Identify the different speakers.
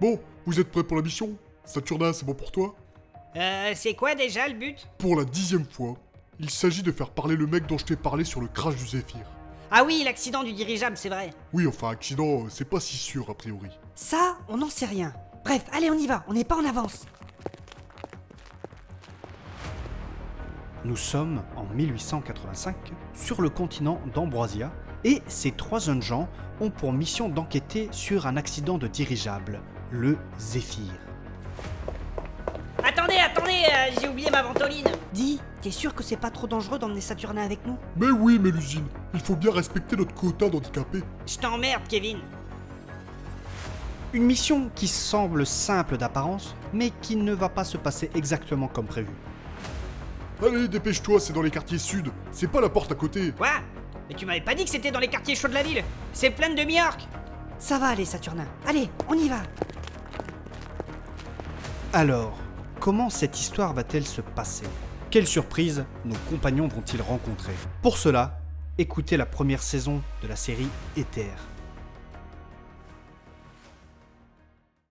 Speaker 1: Bon, vous êtes prêts pour la mission Saturna, c'est bon pour toi
Speaker 2: Euh, c'est quoi déjà le but
Speaker 1: Pour la dixième fois, il s'agit de faire parler le mec dont je t'ai parlé sur le crash du Zephyr.
Speaker 2: Ah oui, l'accident du dirigeable, c'est vrai.
Speaker 1: Oui, enfin, accident, euh, c'est pas si sûr a priori.
Speaker 2: Ça, on n'en sait rien. Bref, allez, on y va, on n'est pas en avance.
Speaker 3: Nous sommes en 1885 sur le continent d'Ambroisia et ces trois jeunes gens ont pour mission d'enquêter sur un accident de dirigeable, le Zéphyr.
Speaker 2: Attendez, attendez, euh, j'ai oublié ma ventoline. Dis, t'es sûr que c'est pas trop dangereux d'emmener Saturnin avec nous
Speaker 1: Mais oui, Mélusine, il faut bien respecter notre quota d'handicapés.
Speaker 2: Je t'emmerde, Kevin.
Speaker 3: Une mission qui semble simple d'apparence mais qui ne va pas se passer exactement comme prévu.
Speaker 1: Allez, dépêche-toi, c'est dans les quartiers sud, c'est pas la porte à côté.
Speaker 2: Quoi Mais tu m'avais pas dit que c'était dans les quartiers chauds de la ville C'est plein de demi-orques Ça va aller, Saturnin. Allez, on y va
Speaker 3: Alors, comment cette histoire va-t-elle se passer Quelle surprise nos compagnons vont-ils rencontrer Pour cela, écoutez la première saison de la série Éther.